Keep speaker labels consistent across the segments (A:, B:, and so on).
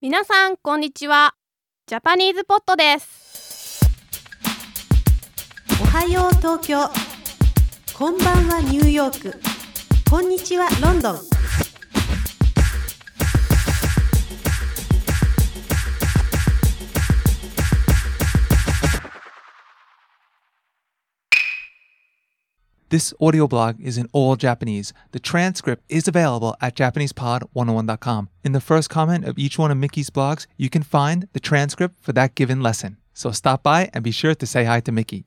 A: 皆さんこんにちはジャパニーズポットです
B: おはよう東京こんばんはニューヨークこんにちはロンドン
C: This audio blog is in all Japanese. The transcript is available at JapanesePod101.com. In the first comment of each one of Mickey's blogs, you can find the transcript for that given lesson. So stop by and be sure to say hi to Mickey.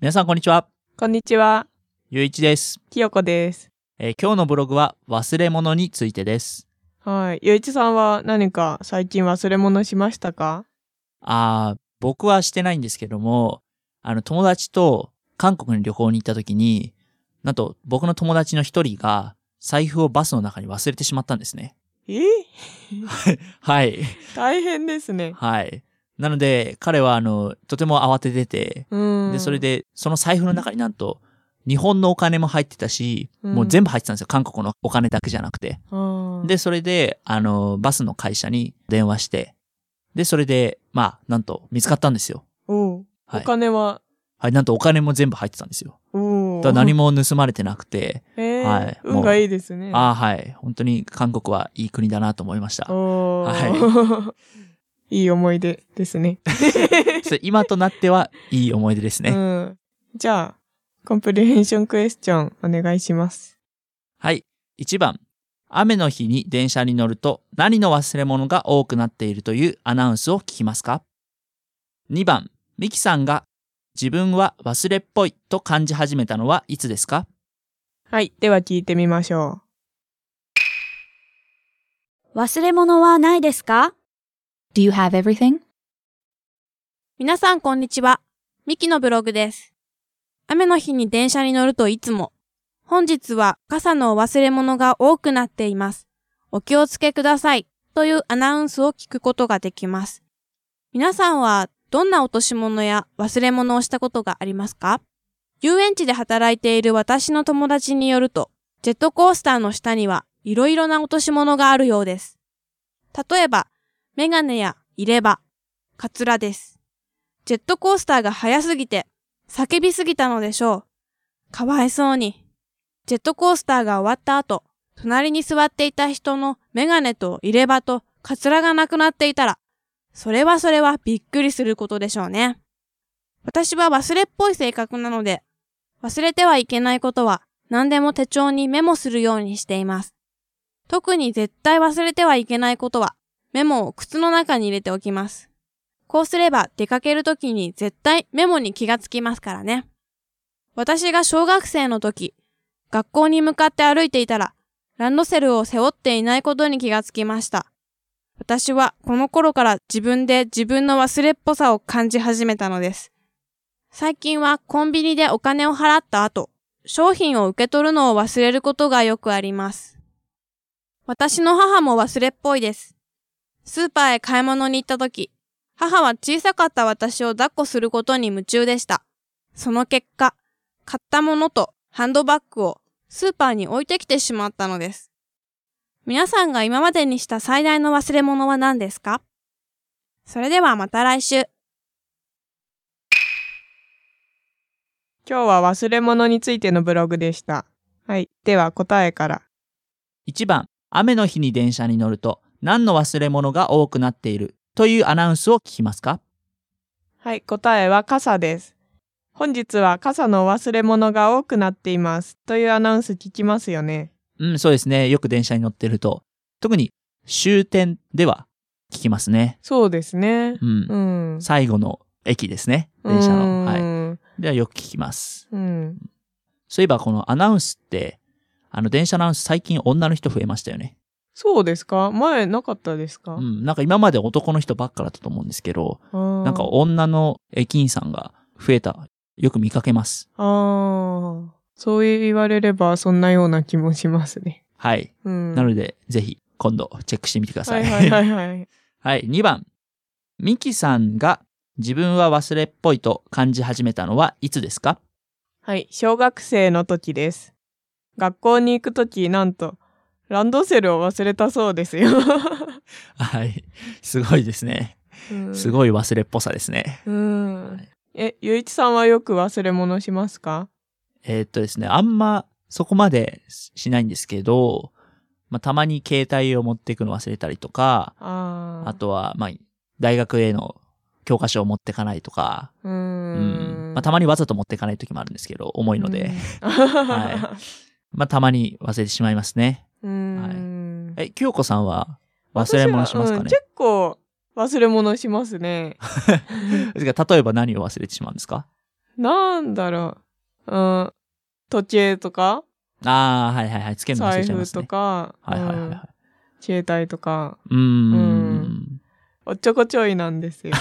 D: 皆さんこんにちは。
E: こんにちは、
D: ゆういちです、
E: きよこです。
D: えー今日のブログは忘れ物についてです。
E: はい。ゆういちさんは何か最近忘れ物しましたか
D: あー僕はしてないんですけども、あの友達と韓国に旅行に行った時に、なんと僕の友達の一人が財布をバスの中に忘れてしまったんですね。
E: え
D: はい。
E: 大変ですね。
D: はい。なので、彼はあの、とても慌ててて、
E: うん。
D: で、それ、で、その財布の中になんと、日本のお金も入ってたし、
E: うん
D: もう全部入ってたんですよ。韓国のお金だけじゃなくて。
E: うん、
D: で、それで、あの、バスの会社に電話して、で、それで、まあ、なんと、見つかったんですよ。
E: おう
D: はい
E: お金は、
D: はい、なんとお金も全部入ってたんですよ。
E: お
D: た
E: う
D: だ何も盗まれてなくて、
E: えー
D: はいもう
E: 運がいいですね。
D: ああ、はい、本当に韓国はいい国だなと思いました。
E: おう
D: はい
E: 。いい思い出ですね。
D: それ今となっては、いい思い出 ですね。
E: うん。じゃあ、コンプリヘンションクエスチョンお願いします。
D: はい、1番。雨の日に電車に乗ると何の忘れ物が多くなっているというアナウンスを聞きますか ?2 番、ミキさんが自分は忘れっぽいと感じ始めたのはいつですか
E: はい。では聞いてみましょ
B: 忘れ物はないですか
F: Do you have everything?
A: 皆さんこんにちはミキのブログです雨の日に電車に乗るといつも本日は傘のお忘れ物が多くなっていますお気をつけくださいというアナウンスを聞くことができます皆さんはどんな落とし物や忘れ物をしたことがありますか遊園地で働いている私の友達によると、ジェットコースターの下にはいろいろな落とし物があるようです。例えば、メガネや入れ歯、カツラです。ジェットコースターが速すぎて、叫びすぎたのでしょう。かわいそうに。ジェットコースターが終わった後、隣に座っていた人のメガネと入れ歯とカツラがなくなっていたら、それはそれはびっくりすることでしょうね。私は忘れっぽい性格なので、忘れてはいけないことは何でも手帳にメモするようにしています。特に絶対忘れてはいけないことはメモを靴の中に入れておきます。こうすれば出かけるときに絶対メモに気がつきますからね。私が小学生の時、学校に向かって歩いていたらランドセルを背負っていないことに気がつきました。私はこの頃から自分で自分の忘れっぽさを感じ始めたのです。最近はコンビニでお金を払った後、商品を受け取るのを忘れることがよくあります。私の母も忘れっぽいです。スーパーへ買い物に行った時、母は小さかった私を抱っこすることに夢中でした。その結果、買ったものとハンドバッグをスーパーに置いてきてしまったのです。皆さんが今までにした最大の忘れ物は何ですかそれではまた来週。
E: う。今日は忘れ物についてのブログでした。はい。では答えから。
D: 1番、雨の日に電車に乗ると何の忘れ物が多くなっているというアナウンスを聞きますか
E: はい、答えは傘です。本日は傘のお忘れ物が多くなっていますというアナウンス聞きますよね。
D: うん、そうですね。よく電車に乗ってると。特に終点では聞きますね。
E: そうですね。
D: うん。
E: うん。
D: 最後の駅ですね。電車の。はい。
E: い。
D: ではよく聞きます。
E: うん。
D: そういえばこのアナウンスって、あの電車のアナウンス最近女の人増えましたよね。
E: そうですか前なかったですか、
D: うん。なんか今まで男の人ばっかだったと思うんですけど、
E: あー
D: なんか女の駅員さんが増えた。よく見かけます。
E: あーそう言われればそんなような気もしますね。
D: はい。
E: うん。
D: な
E: で
D: ので、ぜひ、今度、チェックしてみてください。
E: はいはいはいはい。
D: はい、2番。ミキさんが自分は忘れっぽいと感じ始めたのはいつですか
E: はい、小学生の時です。学校に行く時、なんと、ランドセルを忘れたそうで すよ。
D: はい。すごいですね。す
E: い。
D: ごい忘れっぽさですね。
E: うん。え、ゆういちさんはよく忘れ物しますか
D: えーっとですね、あんまそこまでしないんですけど、まあ、たまに携帯を持っていくの忘れたりとか、
E: ああ。
D: あ。とは、まあ、大学への教科書を持ってかないとか、
E: う
D: うん
E: ん。
D: まあ、たまにわざと持ってかない時もあるんですけど、重いので、
E: うん。
D: はまあ、たまに忘れてしまいますね。
E: うん。
D: え、清子さんは忘れ物しますかね
E: 私は、うん結構忘れ物します ね。
D: てか例えば何を忘れてしまうんですか
E: なんだろう。うん。時計とか、
D: ああ、はいはいはい。つけるの忘
E: 財
D: れちゃいま
E: 布
D: す
E: と
D: ね。
E: か、
D: はいはいはい。
E: う
D: はい
E: ん携帯とか、
D: うーん。
E: うんおっちょこちょいな んですよ。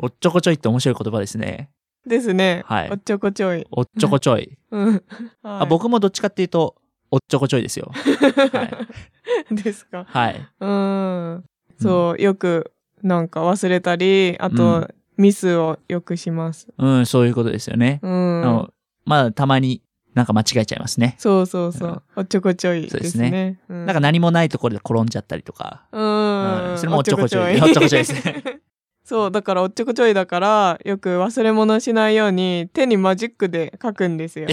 D: おっちょこちょいって面白い言葉ですね。
E: ですね。
D: はい
E: おっちょこちょい。
D: おっちょこちょい。
E: うん。
D: あ
E: はい
D: 僕もどっちかっていうと、おっちょこちょい ですよ。は
E: ですか。
D: はい。
E: うん。そう、よく、なんか忘れたり、あと、
D: うん
E: ミスをよくします。
D: うん、そういうことですよね。
E: う
D: あ
E: ん。
D: のまあ、たまになんか間違えちゃいますね。
E: そうそうそうう。おっちょこちょい
D: そう
E: で
D: ですす
E: ね。
D: ね
E: うん、
D: なんか何もないところで転んじゃったりとか。
E: う。
D: うんんそれもおっちょこちょいおっちょこちょいです
E: ね。 そう、だからおっちょこちょいだから、よく忘れ物しないように、手にマジックで書くんですよ。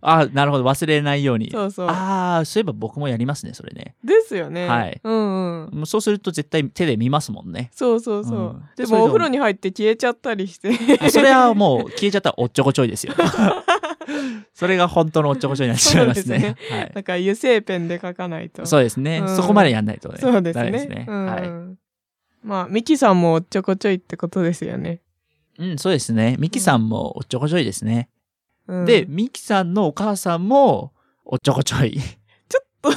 D: あなるほど。忘れないように。
E: そうそう
D: ああ、そういえば僕もやりますね、それね。
E: ですよね。
D: はい
E: うんうん。
D: もうそうすると絶対手で見ますもんね。
E: そうそうそう。
D: ん
E: でもお風呂。
D: そ
E: に入って消えちゃったりして。
D: れでもそれ はもう消えちゃったらおっちょこちょいですよ。 それが本当のおっちょこちょいになってしまいますね。はい
E: だから油性ペンで書かないと。
D: そうですね、
E: うん
D: そこまでやんないとね。
E: そうです
D: ダ
E: ね。
D: メですね。
E: うん
D: はい。
E: まあ、ミキさんもおっちょこちょいってことですよね。
D: うん、そうですね。ミキさんもおっちょこちょいですね。
E: うん
D: で、、ミキさんのお母さんもおっちょこちょい。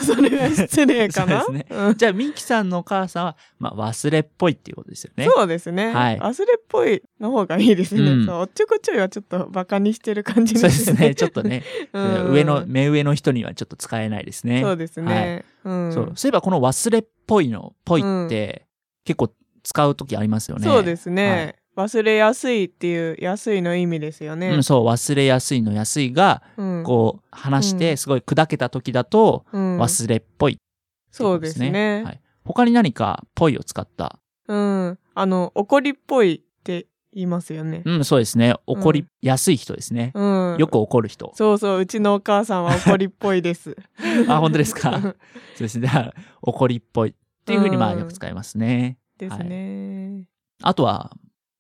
E: それは失礼かな。
D: そうです
E: うん
D: じゃあ、ミキさんのお母さんは、まあ、忘れっぽいっていうことですよね。
E: そうですね。
D: はい
E: 忘れっぽいの方がいいですね。
D: うん
E: そうおっちょこちょいはちょっとバカにしてる感じ
D: そうですね。ちょっと
E: ね。
D: ね、
E: うん
D: 上の、目上の人にはちょっと使えないですね。
E: そうですね。うん
D: そうそういえば、この忘れっぽいの、ぽいって、結構使うときありますよね。
E: そうですね。忘れやすいっていう安いの意味ですよ
D: ね。う
E: ね
D: ん、。そう、忘れやすいの安いが、
E: うん
D: こう、話し
E: う
D: て、
E: ん
D: すごい砕けた時だと、
E: うん
D: 忘れっぽいっていう
E: そ
D: こ
E: う
D: と
E: です
D: は
E: ね。
D: い。他に何か、ぽいを使った。
E: うん。あの、怒りっぽいって言いますよね。
D: うん、そうですね。怒
E: う
D: り
E: ん
D: やすい人ですね。
E: うん。
D: よく怒る人。
E: そうそう、うちのお母さんは怒りっぽいです。
D: あ、本当ですか。
E: うん
D: そうですね。だから怒りっぽいっていうふうに、まあ、
E: うん
D: よく使いますね。
E: ですね。
D: あとは、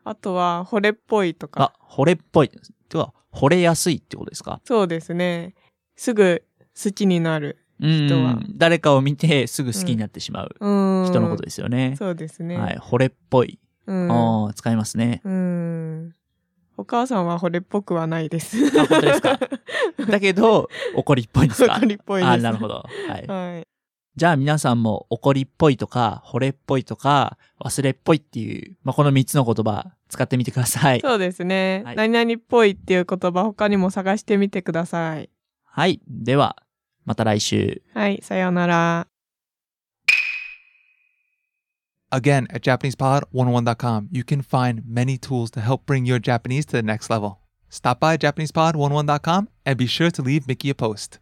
E: あとは、惚れっぽいとか。
D: あ、惚れっぽい。では、惚れやすいってことですか
E: そうですね。すぐ好きになる。
D: うん
E: 人は
D: 誰かを見てすぐ好きになってしまう
E: うん。
D: 人のことですよね。
E: そうですね。
D: はい。惚れっぽい。
E: うん。
D: ああ、使いますね。
E: うん。お母さんは惚れっぽくはないです。
D: あ本当です かだけど、怒りっぽいんですか
E: 怒りっぽいです。
D: あーなるほ。ど。はい。
E: はい。
D: じゃあ皆さんも怒りっぽいとか、惚れっぽいとか、忘れっぽいっていう、まあ、この3つの言葉使ってみてください。
E: そうですね。
D: はい
E: 何々っぽいっていう言葉他にも探してみてください。
D: はい。では、また来週。
E: はい、さようなら。
C: Again, at JapanesePod101.com, you can find many tools to help bring oh your Japanese to the next level. Stop by JapanesePod101.com and be sure to leave Mickey a post.